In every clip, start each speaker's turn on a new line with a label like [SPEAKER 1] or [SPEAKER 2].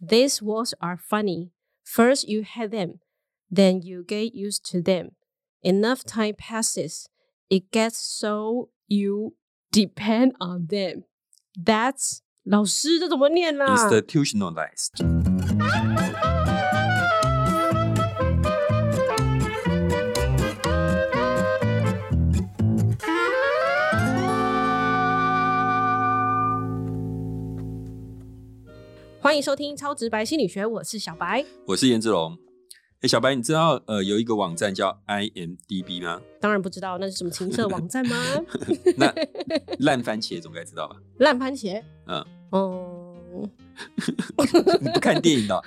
[SPEAKER 1] These walls are funny. First you hate them, then you get used to them. Enough time passes, it gets so you depend on them. That's 老师这怎么念啊啦、
[SPEAKER 2] institutionalized.
[SPEAKER 1] t 欢迎收听《超直白心理学》，我是小白。
[SPEAKER 2] 我是颜志龙。哎，小白，你知道呃有一个网站叫 IMDB 吗？
[SPEAKER 1] 当然不知道那是什么情色网站 吗？
[SPEAKER 2] 那烂番茄总该知道吧？
[SPEAKER 1] 烂番茄。
[SPEAKER 2] 嗯
[SPEAKER 1] 嗯，
[SPEAKER 2] 你不看电 影的哦、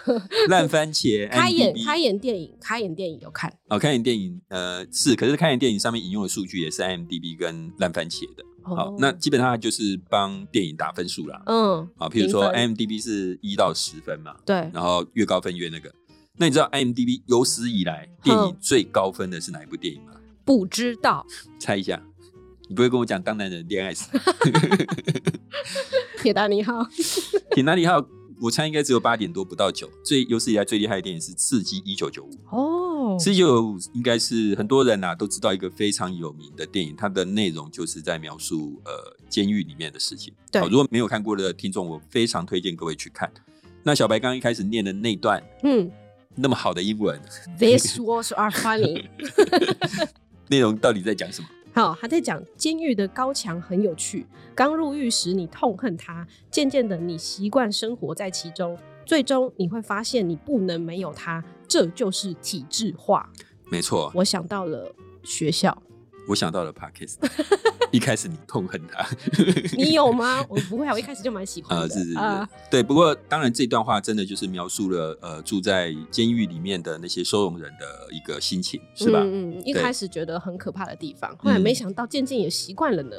[SPEAKER 2] 烂番茄 IMDb。
[SPEAKER 1] 开演开演电影，开演电影有看。
[SPEAKER 2] 哦，看演电影呃是，可是看演电影上面引用的数据也是 IMDB 跟烂番茄的。好，
[SPEAKER 1] 哦
[SPEAKER 2] 那基本上它就是帮电影打分数啦。
[SPEAKER 1] 嗯，
[SPEAKER 2] 啊，譬如说
[SPEAKER 1] 评分
[SPEAKER 2] IMDB 是一到十分嘛，
[SPEAKER 1] 对，
[SPEAKER 2] 然后越高分越那个。那你知道 IMDB 有史以来电影
[SPEAKER 1] 嗯
[SPEAKER 2] 最高分的是哪一部电影吗？
[SPEAKER 1] 不知道，
[SPEAKER 2] 猜一下，你不会跟我讲《当男人恋爱 时》
[SPEAKER 1] 铁达尼 号。
[SPEAKER 2] 铁达尼号，我猜应该只有八点多，不到九。最有史以来最厉害的电影是《刺激一九九五》。
[SPEAKER 1] 哦
[SPEAKER 2] 《刺激九五》应该是很多人啊都知道一个非常有名的电影，它的内容就是在描述呃监狱里面的事情。
[SPEAKER 1] 对
[SPEAKER 2] 好如果没有看过的听众，我非常推荐各位去看。那小白刚刚一开始念的那段
[SPEAKER 1] 嗯
[SPEAKER 2] 那么好的英文，
[SPEAKER 1] ，These walls are funny。
[SPEAKER 2] 内容到底在讲什么？
[SPEAKER 1] 好，他在讲监狱的高墙很有趣。刚入狱时，你痛恨它，渐渐的，你习惯生活在其中，最终你会发现你不能没有它，这就是体制化。
[SPEAKER 2] 没错，
[SPEAKER 1] 我想到了学校，
[SPEAKER 2] 我想到 了 Parkes。一开始你痛恨他，
[SPEAKER 1] 你有吗？ 我不会啊，我一开始就蛮喜欢的。
[SPEAKER 2] 呃，是是是，
[SPEAKER 1] 啊
[SPEAKER 2] 对。不过当然，这段话真的就是描述了呃住在监狱里面的那些收容人的一个心情，是吧？嗯
[SPEAKER 1] 嗯嗯，一
[SPEAKER 2] 对嗯
[SPEAKER 1] 开始觉得很可怕的地方，后来没想到渐渐也习惯了呢。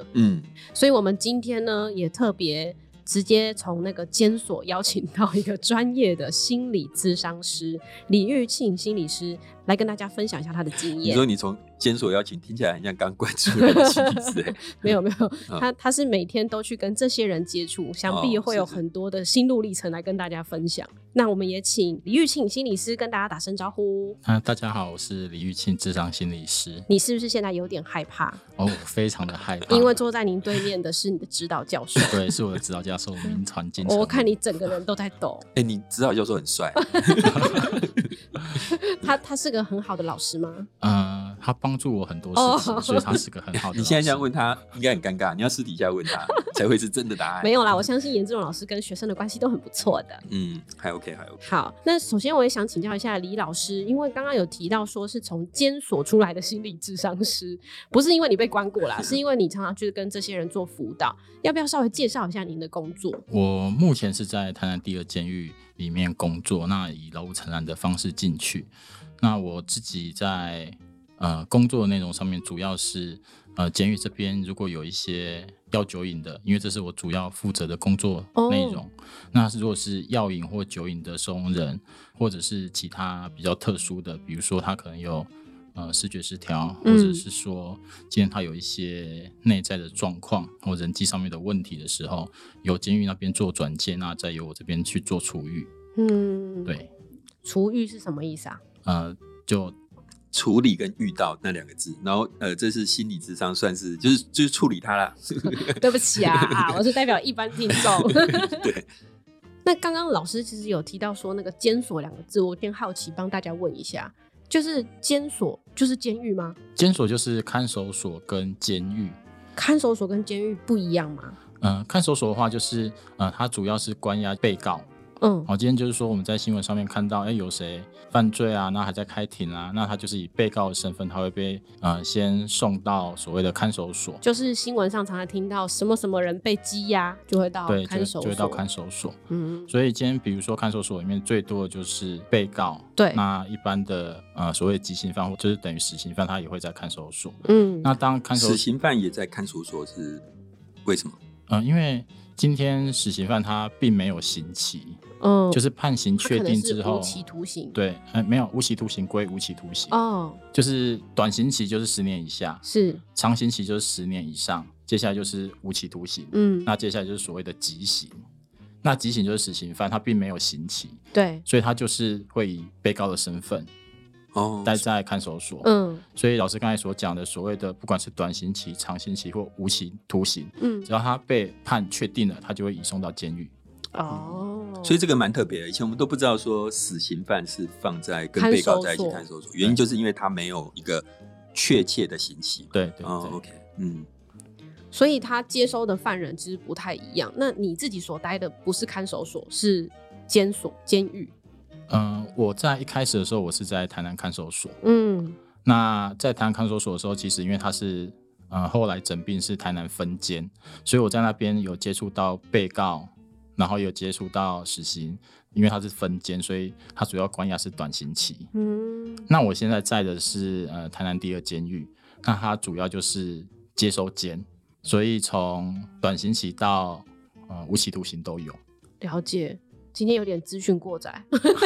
[SPEAKER 1] 所以我们今天呢，也特别直接从那个监所邀请到一个专业的心理咨商师李玉庆心理师来跟大家分享一下他的经
[SPEAKER 2] 你
[SPEAKER 1] 验
[SPEAKER 2] 说。你从监所邀请，听起来很像刚关出来的妻 子、欸，
[SPEAKER 1] 没有没有，
[SPEAKER 2] 嗯
[SPEAKER 1] 他他是每天都去跟这些人接触，想必
[SPEAKER 2] 哦
[SPEAKER 1] 会有
[SPEAKER 2] 是是
[SPEAKER 1] 很多的心路历程来跟大家分享。那我们也请李玉庆心理师跟大家打声招呼。
[SPEAKER 3] 啊，大家好，我是李玉庆，智商心理师。
[SPEAKER 1] 你是不是现在有点害怕？
[SPEAKER 3] 哦，我非常的害怕，
[SPEAKER 1] 因为坐在您对面的是你的指导教 授，
[SPEAKER 3] 对是我的指导教授名传金城武。
[SPEAKER 1] 我看你整个人都在抖。
[SPEAKER 2] 哎、你指导教授 很帅，
[SPEAKER 1] 他他是个很好的老师吗？
[SPEAKER 3] 呃，他帮助我很多事情，
[SPEAKER 1] 哦
[SPEAKER 3] 所以他是个很 好的。
[SPEAKER 2] 你现在这样问，他应该很尴尬，你要私底下问 他才会是真的答案。
[SPEAKER 1] 没有啦，我相信严志勇老师跟学生的关系都很不错的。
[SPEAKER 2] 嗯，还 OK，还 OK。
[SPEAKER 1] 好，那首先我也想请教一下李老师，因为刚刚有提到说是从监所出来的心理智商师，不是因为你被关过啦，是因为你常常去跟这些人做辅导，要不要稍微介绍一下您的工作？
[SPEAKER 3] 我目前是在台南第二监狱里面工作，那以劳务承揽的方式进去。那我自己在呃工作的内容上面，主要是呃监狱这边如果有一些药酒瘾的，因为这是我主要负责的工作
[SPEAKER 1] 哦
[SPEAKER 3] 内容。那如果是药瘾或酒瘾的收容人，或者是其他比较特殊的，比如说他可能有。呃，视觉失调，或
[SPEAKER 1] 嗯
[SPEAKER 3] 者是说，今天他有一些内在的状况或人际上面的问题的时候，由监狱那边做转介，那再由我这边去做处遇。
[SPEAKER 1] 嗯，，
[SPEAKER 3] 对，
[SPEAKER 1] 厨艺是什么意思 啊？
[SPEAKER 3] 呃，就
[SPEAKER 2] 处理跟遇到那两个字，然后呃，这是心理智商，算是就是就是处理他啦。
[SPEAKER 1] 对不起啊啊，我是代表一般听众。
[SPEAKER 2] 对，
[SPEAKER 1] 那刚刚老师其实有提到说那个“监所”两个字，我有点好奇，帮大家问一下，就是监所就是监狱吗？
[SPEAKER 3] 监所就是看守所跟监狱。
[SPEAKER 1] 看守所跟监狱不一样吗？
[SPEAKER 3] 呃，看守所的话，就是呃，它主要是关押被告。
[SPEAKER 1] 嗯，
[SPEAKER 3] 好，今天就是说我们在新闻上面看到，哎，有谁犯罪啊？那还在开庭啊？那他就是以被告的身份，他会被呃先送到所谓的看守所，
[SPEAKER 1] 就是新闻上常常听到什么什么人被羁押，就会到
[SPEAKER 3] 对，就
[SPEAKER 1] 看
[SPEAKER 3] 会就
[SPEAKER 1] 守
[SPEAKER 3] 会到
[SPEAKER 1] 所。
[SPEAKER 3] 看守所。
[SPEAKER 1] 嗯，
[SPEAKER 3] 所以今天，比如说看守所里面最多的就是被告，
[SPEAKER 1] 对
[SPEAKER 3] 那一般的呃所谓的极刑犯，或就是等于死刑犯，他也会在看守所。
[SPEAKER 1] 嗯，
[SPEAKER 3] 那当看守
[SPEAKER 2] 死，刑犯也在看守所是为什么？
[SPEAKER 3] 嗯、因为今天死刑犯他并没有刑期，
[SPEAKER 1] 嗯，
[SPEAKER 3] 就是判刑
[SPEAKER 1] 他
[SPEAKER 3] 确
[SPEAKER 1] 可能
[SPEAKER 3] 定
[SPEAKER 1] 是
[SPEAKER 3] 之后
[SPEAKER 1] 无，期徒刑。，
[SPEAKER 3] 对，呃，没有无期徒刑归无期徒刑，
[SPEAKER 1] 哦，
[SPEAKER 3] 就是短刑期就是十年以下，
[SPEAKER 1] 是，
[SPEAKER 3] 长刑期就是十年以上，接下来就是无期徒刑，
[SPEAKER 1] 嗯，
[SPEAKER 3] 那接下来就是所谓的极刑。那极刑就是死刑犯，他并没有刑期，
[SPEAKER 1] 对，
[SPEAKER 3] 所以他就是会以被告的身份
[SPEAKER 2] 哦，
[SPEAKER 3] 待在看守所。
[SPEAKER 1] 嗯
[SPEAKER 3] 所以老师刚才所讲的所谓的，不管是短刑期、长刑期或无期徒刑，
[SPEAKER 1] 嗯
[SPEAKER 3] 只要他被判确定了，他就会移送到监狱。
[SPEAKER 1] 哦，
[SPEAKER 3] 嗯
[SPEAKER 2] 所以这个蛮特别的。以前我们都不知道说死刑犯是放在跟
[SPEAKER 1] 看
[SPEAKER 2] 被告
[SPEAKER 1] 守
[SPEAKER 2] 在一起
[SPEAKER 1] 所
[SPEAKER 2] 看守所，原因就是因为他没有一个确切的刑期嘛。
[SPEAKER 3] 对对对，
[SPEAKER 2] 哦，OK，嗯，
[SPEAKER 1] 所以他接收的犯人其实不太一样。那你自己所待的不是看守所，是监所、监狱。
[SPEAKER 3] 嗯、我在一开始的时候，我是在台南看守所。
[SPEAKER 1] 嗯，
[SPEAKER 3] 那在台南看守所的时候，其实因为他是呃后来整并是台南分监，所以我在那边有接触到被告，然后有接触到死刑，因为他是分监，所以他主要关押是短刑期。
[SPEAKER 1] 嗯，
[SPEAKER 3] 那我现在在的是呃台南第二监狱，那它主要就是接收监，所以从短刑期到呃无期徒刑都有。
[SPEAKER 1] 了解。今天有点资讯过载，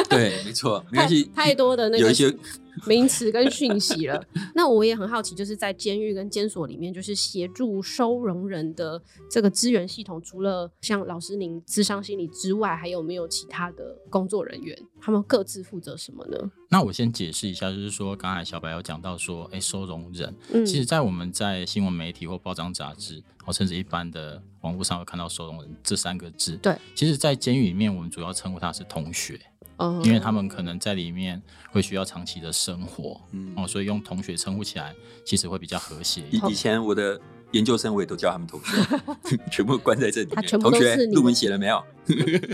[SPEAKER 2] 对，没 错，没
[SPEAKER 1] 太
[SPEAKER 2] 关系，
[SPEAKER 1] 太多的那个
[SPEAKER 2] 有一些
[SPEAKER 1] 名词跟讯息了。那我也很好奇，就是在监狱跟监所里面，就是协助收容人的这个资源系统，除了像老师您智商心理之外，还有没有其他的工作人员？他们各自负责什么呢？
[SPEAKER 3] 那我先解释一下，就是说刚才小白有讲到说，哎，收容人，
[SPEAKER 1] 嗯
[SPEAKER 3] 其实，在我们在新闻媒体或报章杂志，哦，甚至一般的网络上会看到“收容人”这三个字。
[SPEAKER 1] 对，
[SPEAKER 3] 其实，在监狱里面，我们主要称呼他是同学，
[SPEAKER 1] 哦
[SPEAKER 3] 因为他们可能在里面会需要长期的生活，
[SPEAKER 2] 嗯
[SPEAKER 3] 哦，所以用同学称呼起来，其实会比较和谐一
[SPEAKER 2] 以
[SPEAKER 3] 点。
[SPEAKER 2] 以前我的研究生我也都叫他们 同学，全部关在这里
[SPEAKER 1] 他
[SPEAKER 2] 面。
[SPEAKER 1] 全部
[SPEAKER 2] 同
[SPEAKER 1] 都
[SPEAKER 2] 学
[SPEAKER 1] 是你
[SPEAKER 2] 论
[SPEAKER 1] 们
[SPEAKER 2] 文写了没有？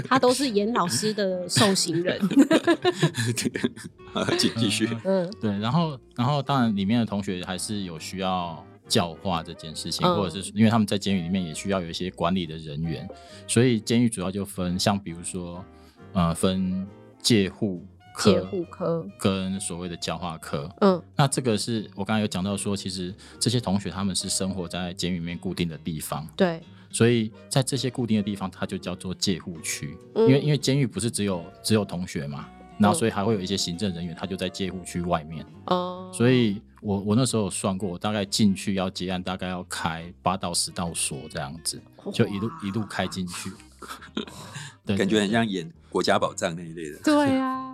[SPEAKER 1] 他都是严老师的受刑 人。
[SPEAKER 2] 对， 好请继续。
[SPEAKER 1] 嗯
[SPEAKER 3] 对，然后，然后，当然，里面的同学还是有需要教化这件事情，
[SPEAKER 1] 嗯
[SPEAKER 3] 或者是因为他们在监狱里面也需要有一些管理的人员，所以监狱主要就分，像比如说，呃，分戒护科、
[SPEAKER 1] 戒护科
[SPEAKER 3] 跟所谓的教化科。
[SPEAKER 1] 嗯
[SPEAKER 3] 那这个是我刚才有讲到说，其实这些同学他们是生活在监狱里面固定的地方，
[SPEAKER 1] 对，
[SPEAKER 3] 所以在这些固定的地方，它就叫做戒护区。
[SPEAKER 1] 嗯
[SPEAKER 3] 因为因为监狱不是只有只有同学嘛，然后
[SPEAKER 1] 嗯
[SPEAKER 3] 所以还会有一些行政人员，他就在戒护区外面。
[SPEAKER 1] 哦，
[SPEAKER 3] 所以我我那时候有算过，我大概进去要结案，大概要开八到十道锁这样子，就一路
[SPEAKER 1] 哇
[SPEAKER 3] 一路开 进去。对
[SPEAKER 2] 感觉很像演国家宝藏那一类的。
[SPEAKER 1] 对 啊。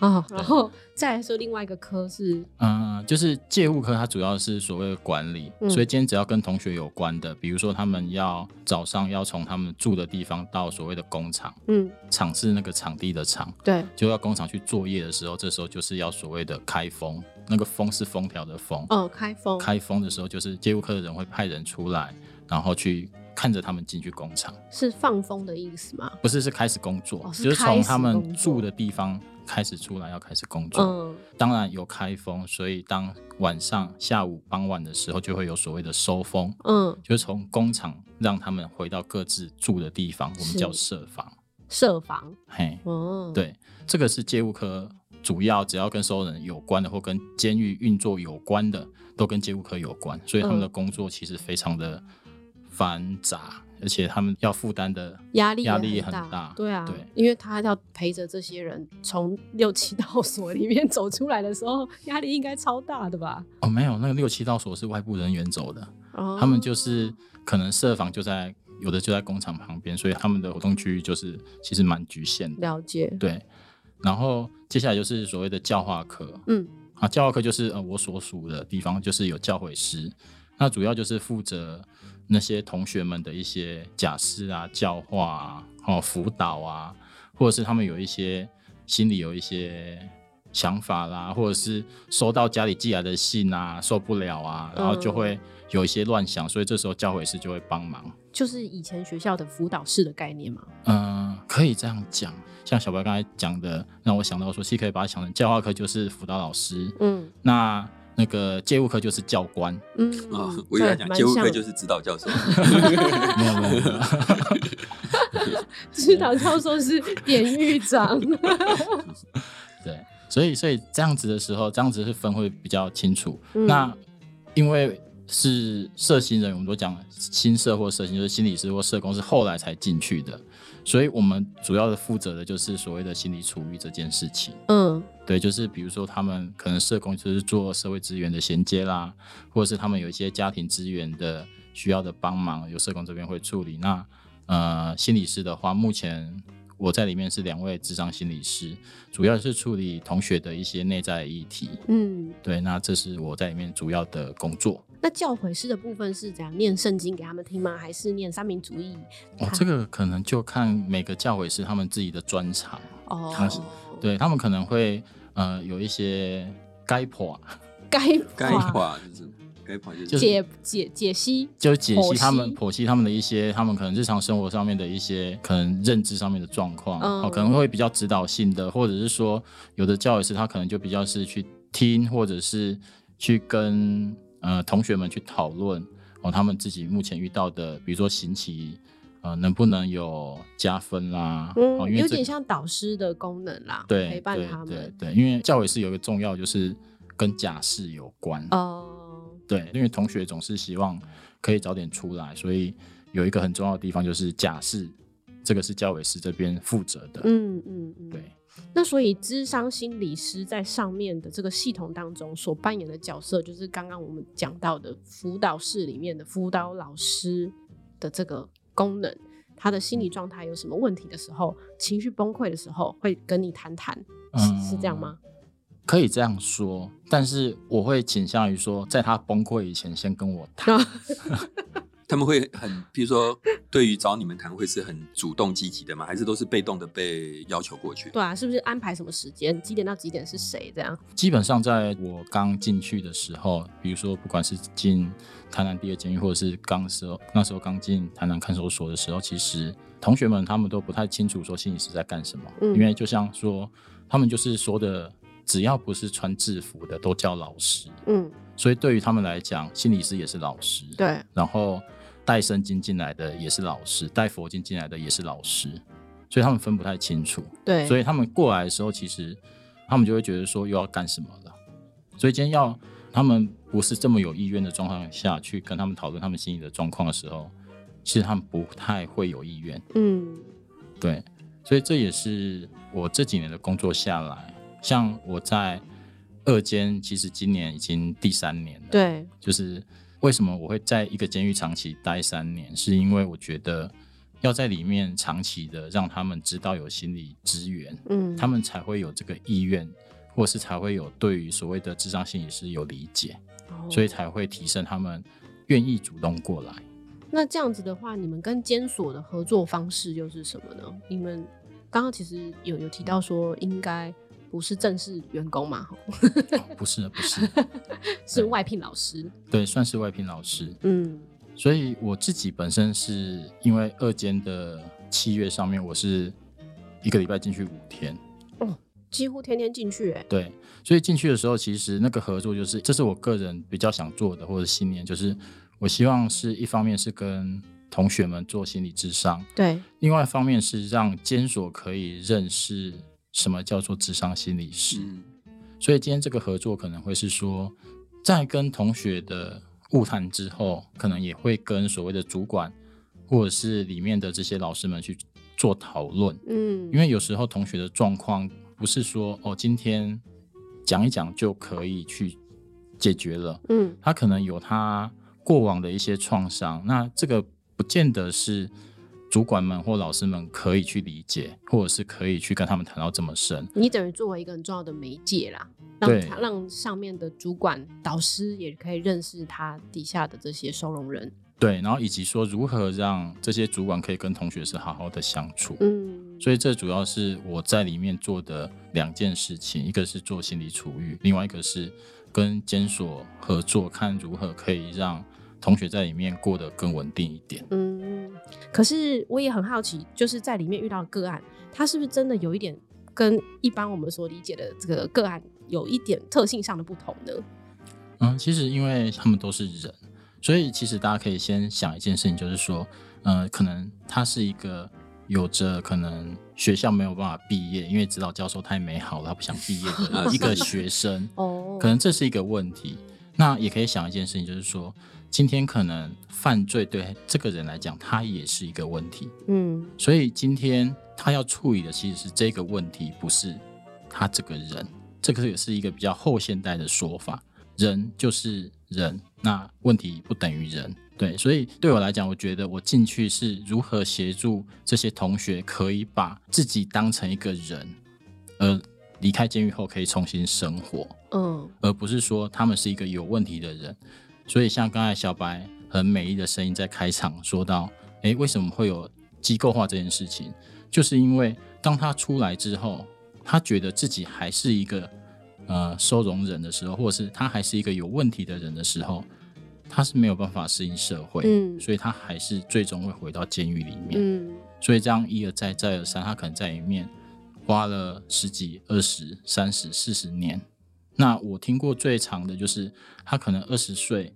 [SPEAKER 1] 啊、然后再来说另外一个科是，
[SPEAKER 3] 嗯、就是戒护科，它主要是所谓的管理，
[SPEAKER 1] 嗯
[SPEAKER 3] 所以今天只要跟同学有关的，比如说他们要早上要从他们住的地方到所谓的工厂，
[SPEAKER 1] 嗯，
[SPEAKER 3] 厂是那个场地的厂，
[SPEAKER 1] 对，
[SPEAKER 3] 就要工厂去作业的时候，这时候就是要所谓的开封，那个封是封条的封，
[SPEAKER 1] 哦，开封，
[SPEAKER 3] 开封的时候，就是街务科的人会派人出来，然后去看着他们进去工厂，
[SPEAKER 1] 是放风的意思吗？
[SPEAKER 3] 不是是开始工作，
[SPEAKER 1] 哦是
[SPEAKER 3] 就是
[SPEAKER 1] 开
[SPEAKER 3] 从他
[SPEAKER 1] 始工
[SPEAKER 3] 们
[SPEAKER 1] 作
[SPEAKER 3] 住的地方开始出来要开始工作。
[SPEAKER 1] 嗯，
[SPEAKER 3] 当然有开封，所以当晚上下午傍晚的时候，就会有所谓的收封，
[SPEAKER 1] 嗯，
[SPEAKER 3] 就是从工厂让他们回到各自住的地方，我们
[SPEAKER 1] 是
[SPEAKER 3] 叫设防。
[SPEAKER 1] 设防，
[SPEAKER 3] 嘿，
[SPEAKER 1] 嗯，，
[SPEAKER 3] 对，这个是街务科。主要只要跟收容人有关的，或跟监狱运作有关的，都跟街务科有关，所以他们的
[SPEAKER 1] 嗯
[SPEAKER 3] 工作其实非常的繁杂，而且他们要负担的
[SPEAKER 1] 压力
[SPEAKER 3] 压力
[SPEAKER 1] 也
[SPEAKER 3] 很
[SPEAKER 1] 大，
[SPEAKER 3] 大
[SPEAKER 1] 对啊，
[SPEAKER 3] 对
[SPEAKER 1] 因为他要陪着这些人从六七道所里面走出来的时候，压力应该超大的吧？
[SPEAKER 3] 哦，没有那个六七道所是外部人员走的，
[SPEAKER 1] 哦，
[SPEAKER 3] 他们就是可能设防就在有的就在工厂旁边，所以他们的活动区域就是其实蛮局限的，
[SPEAKER 1] 了解，
[SPEAKER 3] 对。然后接下来就是所谓的教化科，
[SPEAKER 1] 嗯，
[SPEAKER 3] 啊，教化科就是呃我所属的地方，就是有教诲师，那主要就是负责那些同学们的一些假释啊、教化啊、哦辅导啊，或者是他们有一些心里有一些想法啦，或者是收到家里寄来的信啊，受不了啊，然后就会有一些乱想，所以这时候教诲师就会帮忙。
[SPEAKER 1] 就是以前学校的辅导室的概念嘛，
[SPEAKER 3] 嗯，可以这样讲，像小白刚才讲的，让我想到说，其实可以把它想成教化科就是辅导老师，
[SPEAKER 1] 嗯
[SPEAKER 3] 那那个戒务科就是教官，
[SPEAKER 1] 嗯
[SPEAKER 2] 啊、
[SPEAKER 1] 对，
[SPEAKER 2] 我以为讲
[SPEAKER 1] 蛮
[SPEAKER 2] 街舞
[SPEAKER 1] 像
[SPEAKER 2] 课就是指导 教授，
[SPEAKER 3] 没有没有， 没有
[SPEAKER 1] 指导教授是典狱长，
[SPEAKER 3] 对，所以所以这样子的时候，这样子是分会比较清楚。
[SPEAKER 1] 嗯
[SPEAKER 3] 那因为是社心人，我们都讲新社或社心，就是心理师或社工是后来才进去的，所以我们主要的负责的就是所谓的心理处遇这件事情。
[SPEAKER 1] 嗯
[SPEAKER 3] 对，就是比如说他们可能社工就是做社会资源的衔接啦，或者是他们有一些家庭资源的需要的帮忙，由社工这边会处理。那呃心理师的话，目前我在里面是两位智商心理师，主要是处理同学的一些内在议题。
[SPEAKER 1] 嗯，
[SPEAKER 3] 对，那这是我在里面主要的工作。
[SPEAKER 1] 那教诲师的部分是怎样念圣经给他们听吗？还是念三民主义？
[SPEAKER 3] 哦，这个可能就看每个教诲师他们自己的专长，
[SPEAKER 1] 哦，
[SPEAKER 3] 他是对他们可能会呃有一些该破，
[SPEAKER 1] 该
[SPEAKER 2] 该
[SPEAKER 1] 垮
[SPEAKER 2] 垮就是该垮就是
[SPEAKER 3] 就是
[SPEAKER 1] 解解解析，
[SPEAKER 3] 就是解析他们
[SPEAKER 1] 剖析
[SPEAKER 3] 剖析他们的一些他们可能日常生活上面的一些可能认知上面的状况，
[SPEAKER 1] 嗯
[SPEAKER 3] 哦，可能会比较指导性的，或者是说有的教育师他可能就比较是去听，或者是去跟呃同学们去讨论哦，他们自己目前遇到的，比如说刑期呃能不能有加分啦，哦，
[SPEAKER 1] 嗯，
[SPEAKER 3] 因为
[SPEAKER 1] 有
[SPEAKER 3] 这
[SPEAKER 1] 点像导师的功能啦，
[SPEAKER 3] 对
[SPEAKER 1] 陪伴
[SPEAKER 3] 对
[SPEAKER 1] 他们。
[SPEAKER 3] 对对，因为教委是有一个重要就是跟假释有关，
[SPEAKER 1] 哦，
[SPEAKER 3] 对，因为同学总是希望可以早点出来，所以有一个很重要的地方就是假释，这个是教委师这边负责的。
[SPEAKER 1] 嗯嗯嗯，
[SPEAKER 3] 对。，
[SPEAKER 1] 那所以，智商心理师在上面的这个系统当中所扮演的角色，就是刚刚我们讲到的辅导室里面的辅导老师的这个功能。他的心理状态有什么问题的时候，情绪崩溃的时候，会跟你谈谈，
[SPEAKER 3] 嗯
[SPEAKER 1] 是是这样吗？
[SPEAKER 3] 可以这样说，但是我会倾向于说，在他崩溃以前先跟我谈。
[SPEAKER 2] 他们会很，比如说对于找你们谈会是很主动积极的吗？还是都是被动的被要求过去？
[SPEAKER 1] 对啊，是不是安排什么时间，几点到几点是谁这样？
[SPEAKER 3] 基本上在我刚进去的时候，比如说不管是进台南第二监狱，或者是刚时候那时候刚进台南看守所的时候，其实同学们他们都不太清楚说心理师在干什么，
[SPEAKER 1] 嗯
[SPEAKER 3] 因为就像说他们就是说的，只要不是穿制服的都叫老师，
[SPEAKER 1] 嗯，
[SPEAKER 3] 所以对于他们来讲，心理师也是老师，，
[SPEAKER 1] 对，
[SPEAKER 3] 然后带圣经进来的也是老师，带佛经进来的也是老师，所以他们分不太清楚。
[SPEAKER 1] 对，
[SPEAKER 3] 所
[SPEAKER 1] 以
[SPEAKER 3] 以他们过来的时候，其实他们就会觉得说又要干什么了。所以今天要他们不是这么有意愿的状况下去跟他们讨论他们心里的状况的时候，其实他们不太会有意愿。
[SPEAKER 1] 嗯
[SPEAKER 3] 对，所以这也是我这几年的工作下来，像我在二监，其实今年已经第三年了。，
[SPEAKER 1] 对，
[SPEAKER 3] 就是为什么我会在一个监狱长期待三年，是因为我觉得要在里面长期的让他们知道有心理资源，
[SPEAKER 1] 嗯，
[SPEAKER 3] 他们才会有这个意愿，或是才会有对于所谓的智商心理师有理解，
[SPEAKER 1] 哦
[SPEAKER 3] 所以才会提升他们愿意主动过来。
[SPEAKER 1] 那这样子的话，你们跟监所的合作方式又是什么呢？你们刚刚其实有有提到说，应该不是正式员工嘛， 吼
[SPEAKER 3] 哦不是，不是，
[SPEAKER 1] 是外聘老师。
[SPEAKER 3] 对，算是外聘老师。
[SPEAKER 1] 嗯
[SPEAKER 3] 所以我自己本身是因为二间的契约上面，我是一个礼拜进去五天，
[SPEAKER 1] 几乎天天进去、欸，
[SPEAKER 3] 对，所以进去的时候，其实那个合作就是，这是我个人比较想做的或者信念，就是我希望是一方面是跟同学们做心理智商，
[SPEAKER 1] 对，
[SPEAKER 3] 另外一方面是让监所可以认识什么叫做智商心理师。
[SPEAKER 2] 嗯，
[SPEAKER 3] 所以今天这个合作可能会是说，在跟同学的晤谈之后，可能也会跟所谓的主管或者是里面的这些老师们去做讨论，
[SPEAKER 1] 嗯，
[SPEAKER 3] 因为有时候同学的状况不是说哦，今天讲一讲就可以去解决了，
[SPEAKER 1] 嗯
[SPEAKER 3] 他可能有他过往的一些创伤，那这个不见得是主管们或老师们可以去理解，或者是可以去跟他们谈到这么深。
[SPEAKER 1] 你等于作为一个很重要的媒介啦，让
[SPEAKER 3] 对
[SPEAKER 1] 他让上面的主管、导师也可以认识他底下的这些收容人。
[SPEAKER 3] 对，然后以及说如何让这些主管可以跟同学是好好的相处。
[SPEAKER 1] 嗯，
[SPEAKER 3] 所以这主要是我在里面做的两件事情，一个是做心理处遇，另外一个是跟监所合作，看如何可以让同学在里面过得更稳定一点。
[SPEAKER 1] 嗯，可是我也很好奇，就是在里面遇到的个案，它是不是真的有一点跟一般我们所理解的这个个案有一点特性上的不同呢？
[SPEAKER 3] 嗯，其实因为他们都是人，所以其实大家可以先想一件事情，就是说，呃，可能他是一个有着可能学校没有办法毕业，因为指导教授太美好了，他不想毕业
[SPEAKER 2] 啊
[SPEAKER 3] 的一个
[SPEAKER 2] 是
[SPEAKER 3] 学生。
[SPEAKER 1] 哦
[SPEAKER 3] 可能这是一个问题。那也可以想一件事情，就是说，今天可能犯罪对这个人来讲，他也是一个问题。
[SPEAKER 1] 嗯
[SPEAKER 3] 所以今天他要处理的其实是这个问题，不是他这个人。这个也是一个比较后现代的说法，人就是人，那问题不等于人。对，所以对我来讲，我觉得我进去是如何协助这些同学可以把自己当成一个人，而离开监狱后可以重新生活，
[SPEAKER 1] 嗯
[SPEAKER 3] 而不是说他们是一个有问题的人。所以像刚才小白很美丽的声音在开场说到，诶，为什么会有机构化这件事情？就是因为当他出来之后，他觉得自己还是一个呃收容人的时候，或者是他还是一个有问题的人的时候，他是没有办法适应社会，
[SPEAKER 1] 嗯
[SPEAKER 3] 所以他还是最终会回到监狱里面。
[SPEAKER 1] 嗯
[SPEAKER 3] 所以这样一而再再而三，他可能在里面花了十几、二十、三十、四十年。那我听过最长的就是他可能二十岁，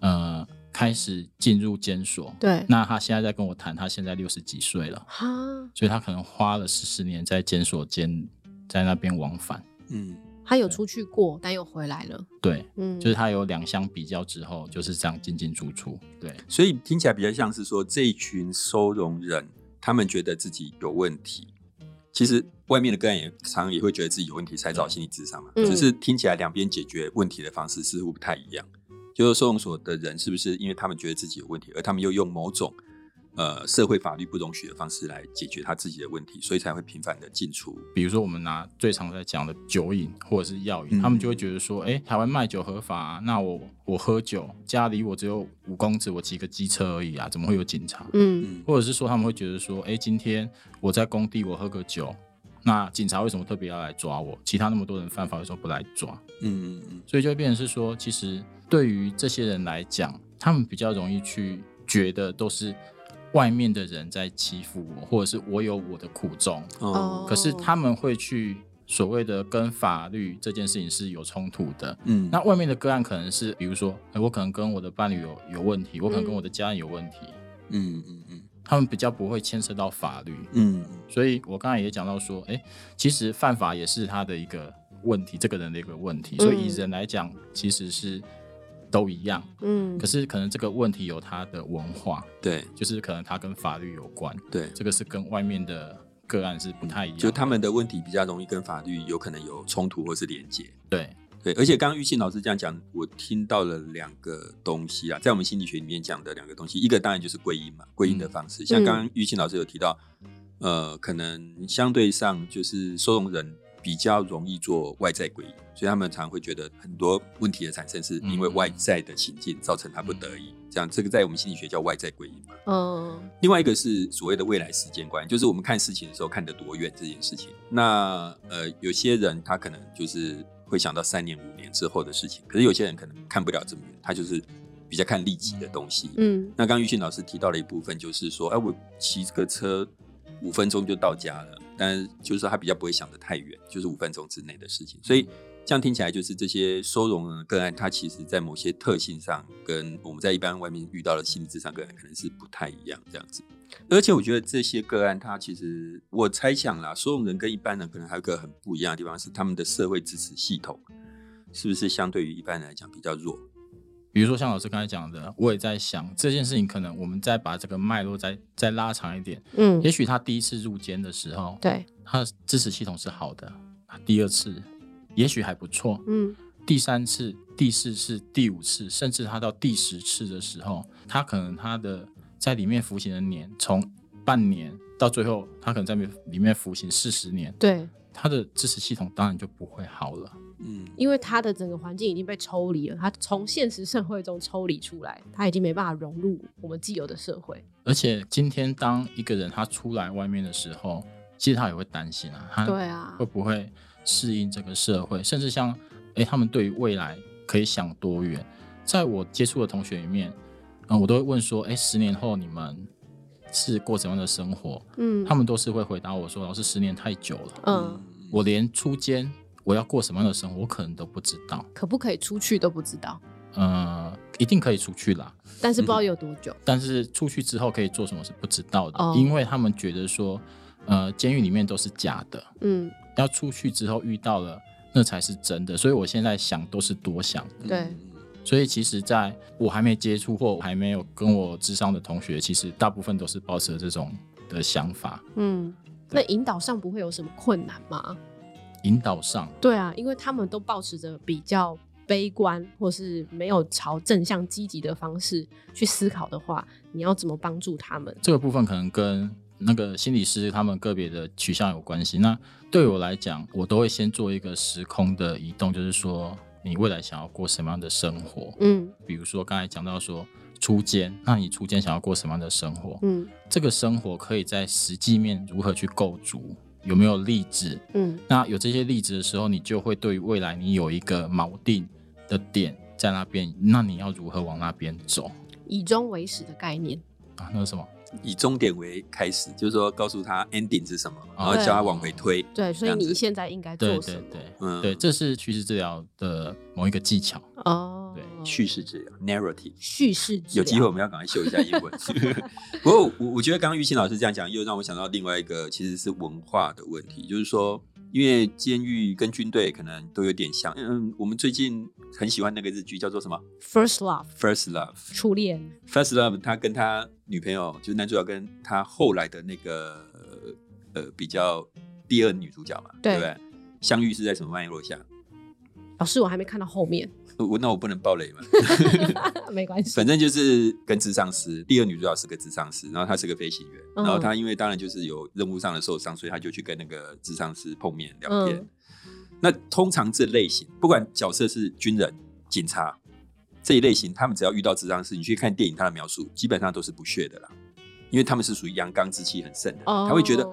[SPEAKER 3] 呃，开始进入监所。
[SPEAKER 1] 对，
[SPEAKER 3] 那他现在在跟我谈，他现在六十几岁了，
[SPEAKER 1] 哈，
[SPEAKER 3] 所以他可能花了四十年在监所间，在那边往返。
[SPEAKER 2] 嗯，
[SPEAKER 1] 他有出去过，但又回来了，
[SPEAKER 3] 对，
[SPEAKER 1] 嗯，
[SPEAKER 3] 就是他有两相比较之后，就是这样进进出出。对，
[SPEAKER 2] 所以听起来比较像是说，这一群收容人，他们觉得自己有问题。其实外面的个案也常常也会觉得自己有问题，才找心理咨商嘛。
[SPEAKER 1] 嗯
[SPEAKER 2] 只是听起来两边解决问题的方式似乎不太一样。就是收容所的人是不是因为他们觉得自己有问题，而他们又用某种呃社会法律不容许的方式来解决他自己的问题，所以才会频繁的进出。
[SPEAKER 3] 比如说我们拿最常在讲的酒瘾或者是药瘾，
[SPEAKER 2] 嗯
[SPEAKER 3] 他们就会觉得说，哎、台湾卖酒合法、啊，那我我喝酒，家里我只有五公尺，我骑个机车而已啊，怎么会有警察？
[SPEAKER 1] 嗯
[SPEAKER 2] 嗯，
[SPEAKER 3] 或者是说他们会觉得说，哎、今天我在工地我喝个酒，那警察为什么特别要来抓我？其他那么多人犯法为什么不来抓？
[SPEAKER 2] 嗯嗯
[SPEAKER 3] 所以就会变成是说，其实对于这些人来讲，他们比较容易去觉得都是外面的人在欺负我，或者是我有我的苦衷。
[SPEAKER 2] 嗯，哦，
[SPEAKER 3] 可是他们会去所谓的跟法律这件事情是有冲突的。
[SPEAKER 2] 嗯，
[SPEAKER 3] 那外面的个案可能是，比如说，诶我可能跟我的伴侣有有问题，我可能跟
[SPEAKER 1] 嗯
[SPEAKER 3] 我的家人有问题，
[SPEAKER 2] 嗯嗯嗯
[SPEAKER 3] 他们比较不会牵涉到法律。
[SPEAKER 2] 嗯
[SPEAKER 3] 所以我刚才也讲到说，诶，其实犯法也是他的一个问题，这个人的一个问题。所以以
[SPEAKER 1] 嗯
[SPEAKER 3] 人来讲，其实是都一样，
[SPEAKER 1] 嗯
[SPEAKER 3] 可是可能这个问题有他的文化，
[SPEAKER 2] 对
[SPEAKER 3] 就是可能他跟法律有关，
[SPEAKER 2] 对，
[SPEAKER 3] 这个是跟外面的个案是不太一样的。
[SPEAKER 2] 就他们的问题比较容易跟法律有可能有冲突或是连结。
[SPEAKER 3] 对。
[SPEAKER 2] 对，而且刚刚玉信老师这样讲，我听到了两个东西啊，在我们心理学里面讲的两个东西，一个当然就是归因嘛，归因的方式，像刚刚玉信老师有提到，呃，可能相对上就是收容人比较容易做外在归因，所以他们常会觉得很多问题的产生是因为外在的情境造成他不得已，这样这个在我们心理学叫外在归因嘛。
[SPEAKER 1] 嗯
[SPEAKER 2] 另外一个是所谓的未来时间观，就是我们看事情的时候看得多远这件事情。那呃，有些人他可能就是会想到三年、五年之后的事情，可是有些人可能看不了这么远，他就是比较看立即的东西。
[SPEAKER 1] 嗯
[SPEAKER 2] 那刚刚玉信老师提到了一部分，就是说，哎、我骑个车五分钟就到家了，但是就是说他比较不会想得太远，就是五分钟之内的事情。所以这样听起来，就是这些收容人的个案，它其实在某些特性上，跟我们在一般外面遇到的心理智商个案可能是不太一样这样子。而且我觉得这些个案，它其实我猜想啦，收容人跟一般人可能还有一个很不一样的地方是，他们的社会支持系统是不是相对于一般人来讲比较弱？
[SPEAKER 3] 比如说像老师刚才讲的，我也在想这件事情，可能我们再把这个脉络再再拉长一点。
[SPEAKER 1] 嗯
[SPEAKER 3] 也，许他第一次入监的时候，
[SPEAKER 1] 对，
[SPEAKER 3] 他的支持系统是好的，他第二次也许还不错，
[SPEAKER 1] 嗯
[SPEAKER 3] 第三次、第四次、第五次，甚至他到第十次的时候，他可能他的在里面服刑的年从半年到最后，他可能在里面里面服刑四十年，
[SPEAKER 1] 对，
[SPEAKER 3] 他的支持系统当然就不会好了。
[SPEAKER 2] 嗯，
[SPEAKER 1] 因为他的整个环境已经被抽离了，他从现实社会中抽离出来，他已经没办法融入我们既有的社会。
[SPEAKER 3] 而且今天当一个人他出来外面的时候，其实他也会担心啊，他
[SPEAKER 1] 对啊
[SPEAKER 3] 会，不会适应这个社会，甚至像诶，他们对于未来可以想多远？在我接触的同学里面，嗯，我都会问说，诶，十年后你们是过怎样的生活？
[SPEAKER 1] 嗯
[SPEAKER 3] 他们都是会回答我说，老师，十年太久了，
[SPEAKER 1] 嗯，
[SPEAKER 3] 我连出监我要过什么样的生活，我可能都不知道。
[SPEAKER 1] 可不可以出去都不知道，
[SPEAKER 3] 呃，一定可以出去啦，
[SPEAKER 1] 但是不知道有多久。
[SPEAKER 3] 但是出去之后可以做什么是不知道的，
[SPEAKER 1] 哦
[SPEAKER 3] 因为他们觉得说，呃，监狱里面都是假的，
[SPEAKER 1] 嗯，
[SPEAKER 3] 要出去之后遇到了，那才是真的。所以我现在想都是多想。
[SPEAKER 2] 嗯
[SPEAKER 1] 对
[SPEAKER 3] 所以其实在我还没接触或还没有跟我智商的同学，其实大部分都是抱持这种的想法。
[SPEAKER 1] 嗯，那引导上不会有什么困难吗？
[SPEAKER 3] 引导上，
[SPEAKER 1] 对啊，因为他们都保持着比较悲观，或是没有朝正向积极的方式去思考的话，你要怎么帮助他们？
[SPEAKER 3] 这个部分可能跟那个心理师他们个别的取向有关系。那对我来讲，我都会先做一个时空的移动，就是说你未来想要过什么样的生活？
[SPEAKER 1] 嗯
[SPEAKER 3] 比如说刚才讲到说初间，那你初间想要过什么样的生活？
[SPEAKER 1] 嗯
[SPEAKER 3] 这个生活可以在实际面如何去构筑？有没有例子？
[SPEAKER 1] 嗯
[SPEAKER 3] 那有这些例子的时候，你就会对于未来你有一个锚定的点在那边，那你要如何往那边走
[SPEAKER 1] 以终为始的概念。
[SPEAKER 3] 啊？那是什么？
[SPEAKER 2] 以终点为开始，就是说告诉他 ending 是什么，然后
[SPEAKER 1] 哦对
[SPEAKER 2] 叫他往回推。
[SPEAKER 1] 对，所以
[SPEAKER 2] 这样
[SPEAKER 1] 你
[SPEAKER 2] 子
[SPEAKER 1] 现在应该
[SPEAKER 3] 对
[SPEAKER 1] 做什
[SPEAKER 3] 对
[SPEAKER 1] 么？
[SPEAKER 3] 对，
[SPEAKER 2] 嗯
[SPEAKER 3] 对，这是趋势治疗的某一个技巧。
[SPEAKER 1] 哦，
[SPEAKER 3] 对
[SPEAKER 2] 叙事治疗 narrative。
[SPEAKER 1] 叙事治
[SPEAKER 2] 有机会
[SPEAKER 1] 疗
[SPEAKER 2] 我们要赶快秀一下英文。 不过我我觉得刚刚玉清老师这样讲，又让我想到另外一个其实是文化的问题，就是说，因为监狱跟军队可能都有点像。嗯，我们最近很喜欢那个日剧叫做什么
[SPEAKER 1] first love
[SPEAKER 2] First Love。
[SPEAKER 1] 初恋，
[SPEAKER 2] First Love，他跟他女朋友，就是男主角跟他后来的那个呃呃比较第二女主角嘛，
[SPEAKER 1] 对
[SPEAKER 2] 不对？相遇是在什么脉络下？
[SPEAKER 1] 老师我还没看到后面，
[SPEAKER 2] 呃我那我不能爆雷嘛。
[SPEAKER 1] 没关系
[SPEAKER 2] 反。正就是跟智商师，第二女主角是个智商师，然后她是个飞行员，
[SPEAKER 1] 嗯
[SPEAKER 2] 然后她因为当然就是有任务上的受伤，所以她就去跟那个智商师碰面聊天。
[SPEAKER 1] 嗯
[SPEAKER 2] 那通常这类型，不管角色是军人、警察这一类型，他们只要遇到智商师，你去看电影他的描述，基本上都是不屑的啦，因为他们是属于阳刚之气很盛的，
[SPEAKER 1] 哦
[SPEAKER 2] 他会觉得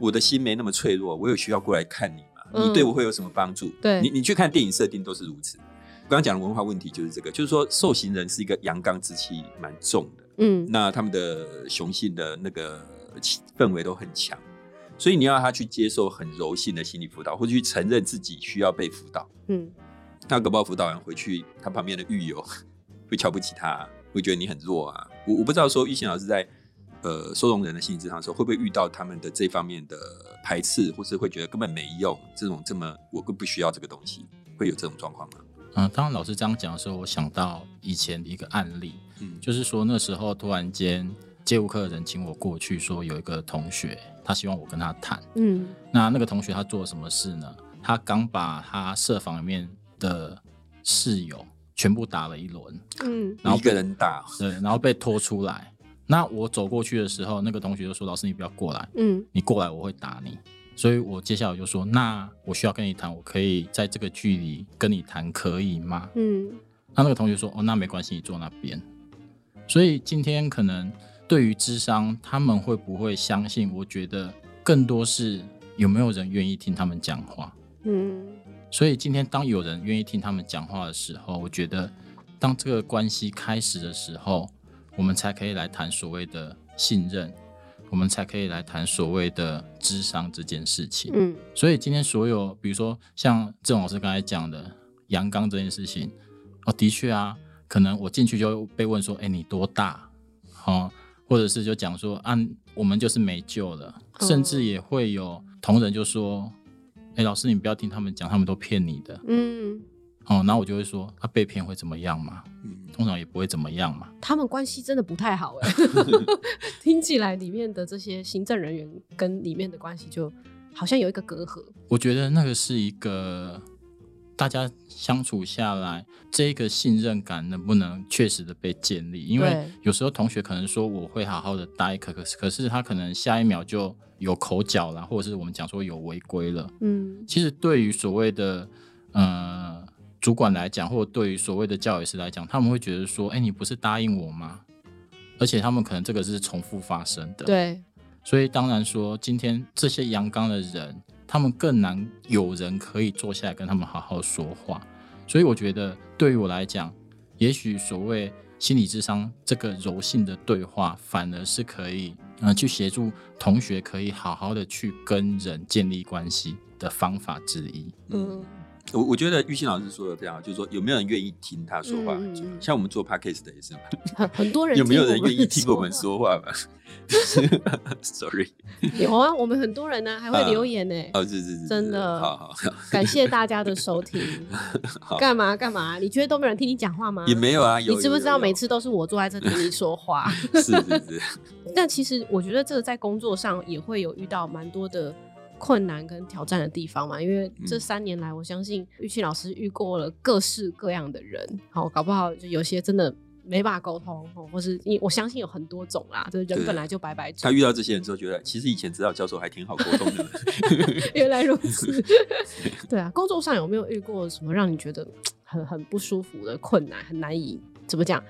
[SPEAKER 2] 我的心没那么脆弱，我有需要过来看你嘛，
[SPEAKER 1] 嗯
[SPEAKER 2] 你对我会有什么帮助？
[SPEAKER 1] 对
[SPEAKER 2] 你，你去看电影设定都是如此。我刚刚讲的文化问题就是这个，就是说受刑人是一个阳刚之气蛮重的，
[SPEAKER 1] 嗯
[SPEAKER 2] 那他们的雄性的那个气氛围都很强，所以你要让他去接受很柔性的心理辅导，或者去承认自己需要被辅导。
[SPEAKER 1] 嗯
[SPEAKER 2] 那搞不好辅导完回去，他旁边的狱友 会瞧不起他、会觉得你很弱啊。我我不知道说玉贤老师在呃收容人的心理治疗的时候，会不会遇到他们的这方面的排斥，或是会觉得根本没用这种这么我更不需要这个东西，会有这种状况吗？
[SPEAKER 3] 嗯，当老师这样讲的时候，我想到以前的一个案例，
[SPEAKER 2] 嗯，
[SPEAKER 3] 就是说那时候突然间街舞课的人请我过去，说有一个同学他希望我跟他谈。
[SPEAKER 1] 嗯
[SPEAKER 3] 那那个同学他做了什么事呢？他刚把他社房里面的室友全部打了一轮，
[SPEAKER 1] 嗯
[SPEAKER 2] 然后一个人打，
[SPEAKER 3] 对，然后被拖出来。那我走过去的时候，那个同学就说：“老师，你不要过来，
[SPEAKER 1] 嗯
[SPEAKER 3] 你过来我会打你。”所以，我接下来就说：“那我需要跟你谈，我可以在这个距离跟你谈，可以吗？”
[SPEAKER 1] 嗯
[SPEAKER 3] 那那个同学说：“哦，那没关系，你坐那边。”所以今天可能对于智商，他们会不会相信？我觉得更多是有没有人愿意听他们讲话。
[SPEAKER 1] 嗯
[SPEAKER 3] 所以今天当有人愿意听他们讲话的时候，我觉得当这个关系开始的时候，我们才可以来谈所谓的信任，我们才可以来谈所谓的智商这件事情。
[SPEAKER 1] 嗯
[SPEAKER 3] 所以今天所有，比如说像郑老师刚才讲的阳刚这件事情，哦，的确啊，可能我进去就被问说，哎、你多大？哦，或者是就讲说，啊，我们就是没救了，
[SPEAKER 1] 哦
[SPEAKER 3] 甚至也会有同仁就说，哎、老师你不要听他们讲，他们都骗你的。
[SPEAKER 1] 嗯，
[SPEAKER 3] 哦，然后我就会说，他、被骗会怎么样嘛？
[SPEAKER 2] 嗯，
[SPEAKER 3] 通常也不会怎么样嘛。
[SPEAKER 1] 他们关系真的不太好 哎，听起来里面的这些行政人员跟里面的关系就好像有一个隔阂。
[SPEAKER 3] 我觉得那个是一个大家相处下来，这个信任感能不能确实的被建立？因为
[SPEAKER 1] 对
[SPEAKER 3] 有时候同学可能说我会好好的待，可可是可是他可能下一秒就有口角啦，或者是我们讲说有违规了。
[SPEAKER 1] 嗯
[SPEAKER 3] 其实对于所谓的呃主管来讲，或者对于所谓的教育师来讲，他们会觉得说，哎，你不是答应我吗？而且他们可能这个是重复发生的。
[SPEAKER 1] 对，
[SPEAKER 3] 所以当然说，今天这些阳刚的人，他们更难有人可以坐下来跟他们好好说话。所以我觉得，对于我来讲，也许所谓心理智商这个柔性的对话，反而是可以，呃，去协助同学可以好好的去跟人建立关系的方法之一。
[SPEAKER 1] 嗯
[SPEAKER 2] 我我觉得玉清老师说的非常好，就是说有没有人愿意听他说话很重要
[SPEAKER 1] 嗯嗯嗯
[SPEAKER 2] 像我们做 podcast 的也是嘛，
[SPEAKER 1] 很很多人
[SPEAKER 2] 有没有人
[SPEAKER 1] 们
[SPEAKER 2] 愿意听我们
[SPEAKER 1] 说
[SPEAKER 2] 说 话嘛？Sorry，
[SPEAKER 1] 有啊，我们很多人呢、还会留言呢、欸
[SPEAKER 2] 哦，是是是是，
[SPEAKER 1] 真的
[SPEAKER 2] 好好好
[SPEAKER 1] 感谢大家的收听。
[SPEAKER 2] 好，
[SPEAKER 1] 干嘛干嘛？你觉得都没有人听你讲话吗？
[SPEAKER 2] 也没有啊，
[SPEAKER 1] 嗯
[SPEAKER 2] 有
[SPEAKER 1] 你知不
[SPEAKER 2] 有
[SPEAKER 1] 知道
[SPEAKER 2] 有
[SPEAKER 1] 每次都是我坐在这听 你说话？
[SPEAKER 2] 是是是，
[SPEAKER 1] 但其实我觉得这个在工作上也会有遇到蛮多的困难跟挑战的地方嘛，因为
[SPEAKER 2] 嗯
[SPEAKER 1] 这三年来，我相信玉庆老师遇过了各式各样的人，好，搞不好就有些真的没办法沟通，哦或是因我相信有很多种啦，就是人
[SPEAKER 2] 对
[SPEAKER 1] 本来就百百
[SPEAKER 2] 他
[SPEAKER 1] 种，
[SPEAKER 2] 遇到这些人之后，觉得其实以前指导教授还挺好沟通 的。
[SPEAKER 1] 原来 如此， 对啊，工作上有没有遇过什么让你觉得很很不舒服的困难，很难以怎么讲？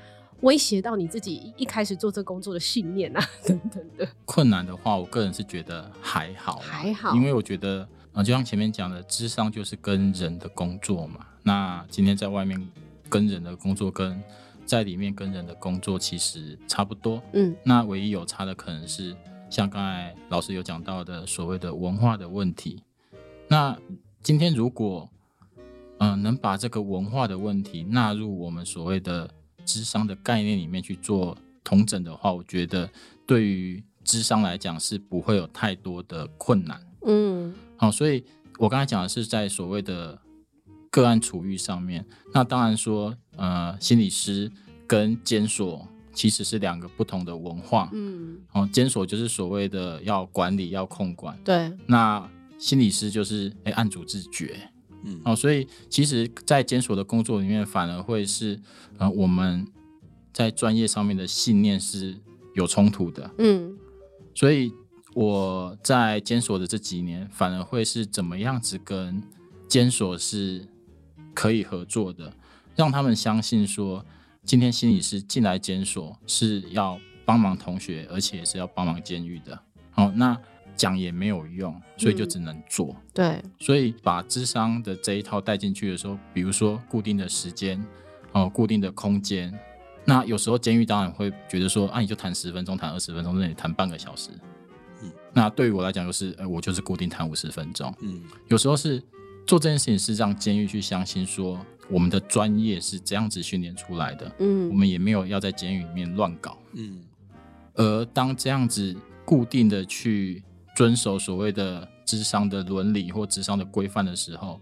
[SPEAKER 1] 威胁到你自己一一开始做这工作的信念啊， 等等的。
[SPEAKER 3] 困难的话，我个人是觉得还好啦，
[SPEAKER 1] 还好
[SPEAKER 3] 因为我觉得，呃，就像前面讲的，智商就是跟人的工作嘛。那今天在外面跟人的工作，跟在里面跟人的工作其实差不多。
[SPEAKER 1] 嗯
[SPEAKER 3] 那唯一有差的可能是像刚才老师有讲到的所谓的文化的问题。那今天如果嗯、呃能把这个文化的问题纳入我们所谓的智商的概念里面去做统整的话，我觉得对于智商来讲是不会有太多的困难。
[SPEAKER 1] 嗯
[SPEAKER 3] 好、所以我刚才讲的是在所谓的个案处遇上面。那当然说，呃，心理师跟监所其实是两个不同的文化。
[SPEAKER 1] 嗯，
[SPEAKER 3] 哦，监所就是所谓的要管理、要控管，
[SPEAKER 1] 对，
[SPEAKER 3] 那心理师就是哎案主自觉。
[SPEAKER 2] 嗯，
[SPEAKER 3] 哦，所以其实，在监所的工作里面，反而会是呃我们在专业上面的信念是有冲突的。
[SPEAKER 1] 嗯
[SPEAKER 3] 所以我在监所的这几年，反而会是怎么样子跟监所是可以合作的，让他们相信说，今天心理师进来监所是要帮忙同学，而且是要帮忙监狱的。好、那讲也没有用，所以就
[SPEAKER 1] 嗯
[SPEAKER 3] 只能做。
[SPEAKER 1] 对，
[SPEAKER 3] 所以把智商的这一套带进去的时候，比如说固定的时间，哦，固定的空间。那有时候监狱当然会觉得说，啊，你就谈十分钟，谈二十分钟，那你谈半个小时。
[SPEAKER 2] 嗯
[SPEAKER 3] 那对于我来讲，就是，呃，我就是固定谈五十分钟。
[SPEAKER 2] 嗯
[SPEAKER 3] 有时候是做这件事情是让监狱去相信说，我们的专业是这样子训练出来的，我
[SPEAKER 1] 嗯
[SPEAKER 3] 们也没有要在监狱里面乱搞。
[SPEAKER 2] 嗯
[SPEAKER 3] 而当这样子固定的去遵守所谓的智商的伦理或智商的规范的时候，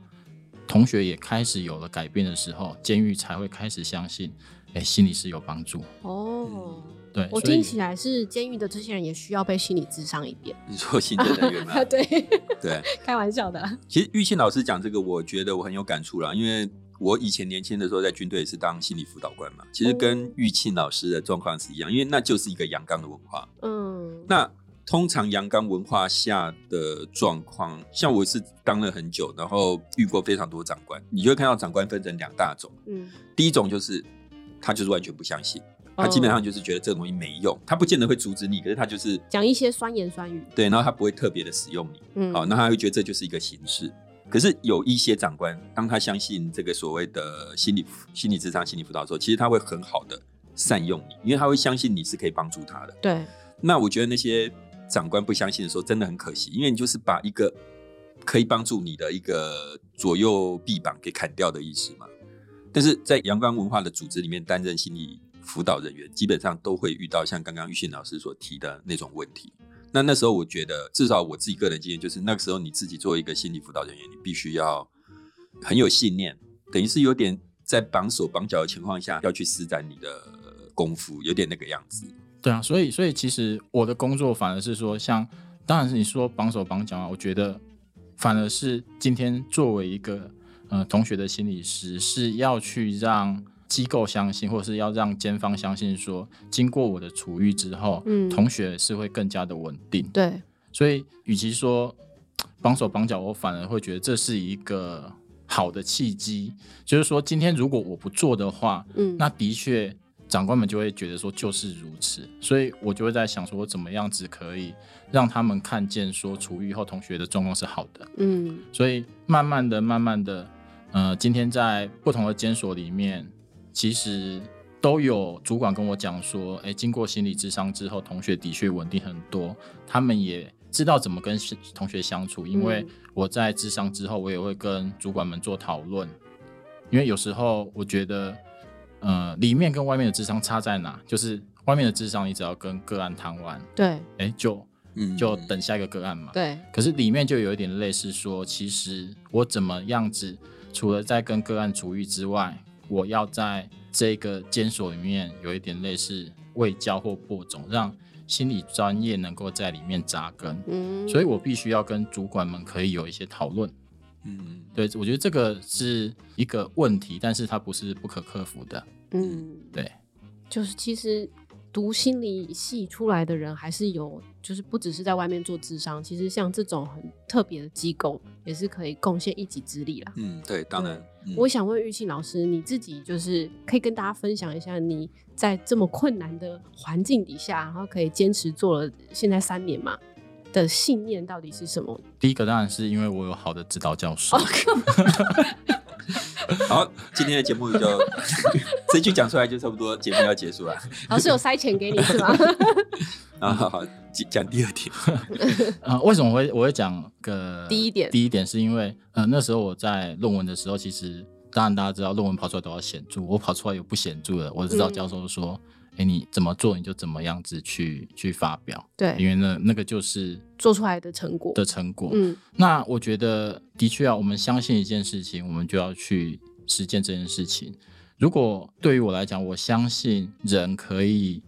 [SPEAKER 3] 同学也开始有了改变的时候，监狱才会开始相信，哎、心理是有帮助。
[SPEAKER 1] 哦。
[SPEAKER 3] 对，
[SPEAKER 1] 我
[SPEAKER 3] 嗯所以
[SPEAKER 1] 听起来是监狱的这些人也需要被心理咨商一遍，
[SPEAKER 2] 你说新的人员吗？
[SPEAKER 1] 对，
[SPEAKER 2] 对，
[SPEAKER 1] 开玩笑的啦，
[SPEAKER 2] 其实玉庆老师讲这个，我觉得我很有感触啦，因为我以前年轻的时候在军队也是当心理辅导官嘛，其实跟玉庆老师的状况是一样，因为那就是一个阳刚的文化。
[SPEAKER 1] 嗯，
[SPEAKER 2] 那通常阳刚文化下的状况，像我是当了很久，然后遇过非常多长官，你就会看到长官分成两大种，
[SPEAKER 1] 嗯，
[SPEAKER 2] 第一种就是他就是完全不相信，他啊基本上
[SPEAKER 1] 哦
[SPEAKER 2] 就是觉得这个东西没用，他不见得会阻止你，可是他就是
[SPEAKER 1] 讲一些酸言酸语，
[SPEAKER 2] 对，然后他不会特别的使用你。
[SPEAKER 1] 嗯，
[SPEAKER 2] 好、那他会觉得这就是一个形式。可是有一些长官，当他相信这个所谓的心理心理智商、心理辅导的时候，其实他会很好的善用你，因为他会相信你是可以帮助他的。
[SPEAKER 1] 对，
[SPEAKER 2] 那我觉得那些长官不相信的时候，真的很可惜，因为你就是把一个可以帮助你的一个左右臂膀给砍掉的意思嘛。但是在阳光文化的组织里面，担任心理辅导人员，基本上都会遇到像刚刚玉信老师所提的那种问题。那那时候我觉得，至少我自己个人经验就是，那个时候你自己作为一个心理辅导人员，你必须要很有信念，等于是有点在绑手绑脚的情况下，要去施展你的功夫，有点那个样子。
[SPEAKER 3] 对啊，所以所以其实我的工作反而是说像，当然是你说绑手绑脚啊，我觉得反而是今天作为一个呃同学的心理师，是要去让机构相信，或者是要让监方相信说，经过我的处遇之后，
[SPEAKER 1] 嗯
[SPEAKER 3] 同学是会更加的稳定。
[SPEAKER 1] 对，
[SPEAKER 3] 所以与其说绑手绑脚，我反而会觉得这是一个好的契机，就是说今天如果我不做的话，
[SPEAKER 1] 嗯，
[SPEAKER 3] 那的确，长官们就会觉得说就是如此，所以我就会在想说，我怎么样子可以让他们看见说处遇后同学的状况是好的，
[SPEAKER 1] 嗯
[SPEAKER 3] 所以慢慢的、慢慢的，呃，今天在不同的监所里面，其实都有主管跟我讲说，诶，经过心理智商之后，同学的确稳定很多，他们也知道怎么跟是同学相处，因为
[SPEAKER 1] 嗯
[SPEAKER 3] 我在智商之后，我也会跟主管们做讨论，因为有时候我觉得，呃，里面跟外面的智商差在哪，就是外面的智商，你只要跟个案谈完，
[SPEAKER 1] 对
[SPEAKER 3] 诶，就
[SPEAKER 2] 嗯，
[SPEAKER 3] 就等下一个个案嘛，
[SPEAKER 1] 对，
[SPEAKER 3] 可是里面就有一点类似说，其实我怎么样子，除了在跟个案处遇之外，我要在这个监所里面有一点类似卫教或播种，让心理专业能够在里面扎根，
[SPEAKER 1] 嗯，
[SPEAKER 3] 所以我必须要跟主管们可以有一些讨论。
[SPEAKER 2] 嗯，
[SPEAKER 3] 对我觉得这个是一个问题，但是它不是不可克服的。
[SPEAKER 1] 嗯，
[SPEAKER 3] 对，
[SPEAKER 1] 就是其实读心理系出来的人还是有，就是不只是在外面做智商，其实像这种很特别的机构也是可以贡献一己之力啦。
[SPEAKER 2] 嗯，对，当然，嗯
[SPEAKER 1] 我想问玉庆老师，你自己就是可以跟大家分享一下，你在这么困难的环境底下，然后可以坚持做了现在三年嘛的信念到底是什么？
[SPEAKER 3] 第一个当然是因为我有好的指导教授，
[SPEAKER 2] 好，今天的节目就 这句讲出来就差不多，节目要结束了
[SPEAKER 1] 老师有塞钱给你是吗？
[SPEAKER 2] 啊。好好，讲讲第二点，
[SPEAKER 3] 呃，为什么我会我会讲个
[SPEAKER 1] 第一点
[SPEAKER 3] 第一点是因为，呃，那时候我在论文的时候，其实当然大家知道论文跑出来都要显著，我跑出来有不显著的，我指导
[SPEAKER 1] 嗯
[SPEAKER 3] 教授说，哎、你怎么做你就怎么样子去去发表，因
[SPEAKER 1] 对，
[SPEAKER 3] 为那那个就是
[SPEAKER 1] 做出来的成果，
[SPEAKER 3] 的成果。
[SPEAKER 1] 嗯
[SPEAKER 3] 那我觉得的确啊，我们相信一件事情，我们就要去实践这件事情。如果对于我来讲，我相信人可以，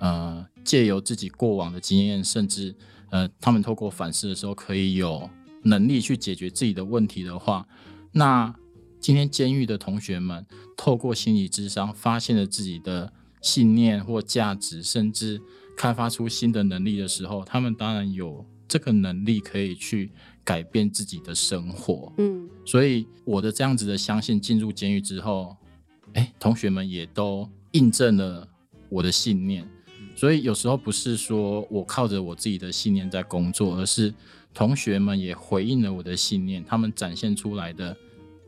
[SPEAKER 3] 呃，借由自己过往的经验，甚至呃，他们透过反思的时候，可以有能力去解决自己的问题的话，那今天监狱的同学们透过心理智商，发现了自己的信念或价值，甚至开发出新的能力的时候，他们当然有这个能力可以去改变自己的生活。
[SPEAKER 1] 嗯，
[SPEAKER 3] 所以我的这样子的相信，进入监狱之后，哎，同学们也都印证了我的信念。所以有时候不是说我靠着我自己的信念在工作，而是同学们也回应了我的信念，他们展现出来的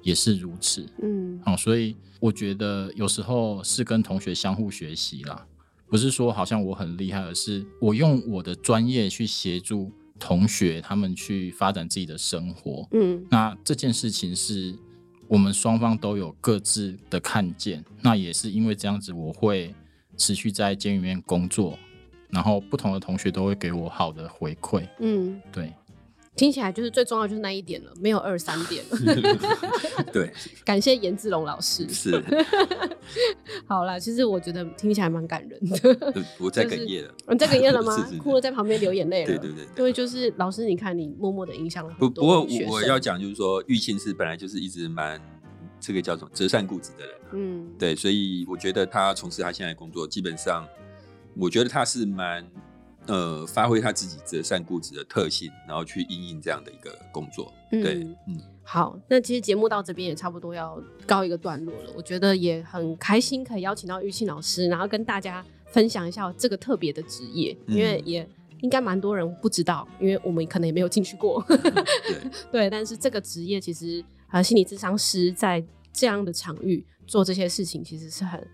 [SPEAKER 3] 也是如此。
[SPEAKER 1] 嗯
[SPEAKER 3] 哦，所以我觉得有时候是跟同学相互学习啦，不是说好像我很厉害，而是我用我的专业去协助同学他们去发展自己的生活。
[SPEAKER 1] 嗯
[SPEAKER 3] 那这件事情是我们双方都有各自的看见，那也是因为这样子，我会持续在监狱里面工作，然后不同的同学都会给我好的回馈。
[SPEAKER 1] 嗯，
[SPEAKER 3] 对，
[SPEAKER 1] 听起来就是最重要就是那一点了，没有二三点了。
[SPEAKER 2] 对，
[SPEAKER 1] 感谢颜志龙老师。
[SPEAKER 2] 是，
[SPEAKER 1] 好啦，其实我觉得听起来蛮感人的。
[SPEAKER 2] 我在哽咽了。
[SPEAKER 1] 你在哽咽了吗
[SPEAKER 2] 是是是？
[SPEAKER 1] 哭了，在旁边流眼泪了。
[SPEAKER 2] 对对对对
[SPEAKER 1] 因为就是老师，你看你默默的影响了
[SPEAKER 2] 不
[SPEAKER 1] 很
[SPEAKER 2] 不过
[SPEAKER 1] 多
[SPEAKER 2] 我
[SPEAKER 1] 学生。
[SPEAKER 2] 我要讲就是说，玉庆是本来就是一直蛮这个叫什么折善固执的人，啊
[SPEAKER 1] 嗯，
[SPEAKER 2] 对，所以我觉得他从事他现在的工作，基本上我觉得他是蛮呃发挥他自己折善固执的特性，然后去应应这样的一个工作。
[SPEAKER 1] 嗯
[SPEAKER 2] 对，嗯，
[SPEAKER 1] 好，那其实节目到这边也差不多要告一个段落了。我觉得也很开心可以邀请到玉庆老师，然后跟大家分享一下这个特别的职业，
[SPEAKER 2] 嗯
[SPEAKER 1] 因为也应该蛮多人不知道，因为我们可能也没有进去过。
[SPEAKER 2] 对，
[SPEAKER 1] 对，但是这个职业其实啊、呃心理咨商师在这样的场域做这些事情，其实是很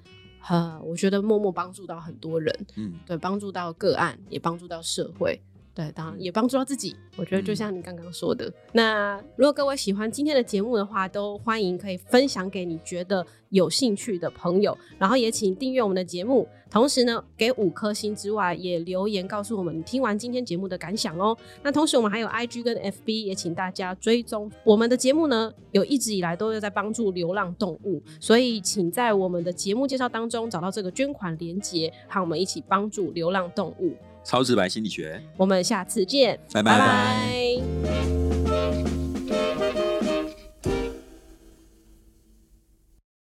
[SPEAKER 1] 呃，我觉得默默帮助到很多人，
[SPEAKER 2] 嗯，
[SPEAKER 1] 对，帮助到个案，也帮助到社会。对，当然也帮助到自己。我觉得就
[SPEAKER 2] 嗯
[SPEAKER 1] 像你刚刚说的，那如果各位喜欢今天的节目的话，都欢迎可以分享给你觉得有兴趣的朋友，然后也请订阅我们的节目。同时呢，给五颗星之外，也留言告诉我们你听完今天节目的感想哦。那同时，我们还有 IG 跟 FB，也请大家追踪我们的节目呢。有一直以来都有在帮助流浪动物，所以请在我们的节目介绍当中找到这个捐款连结，和我们一起帮助流浪动物。
[SPEAKER 2] 超直白心理学，
[SPEAKER 1] 我们下次见，
[SPEAKER 2] 拜
[SPEAKER 1] 拜
[SPEAKER 2] 拜
[SPEAKER 1] 拜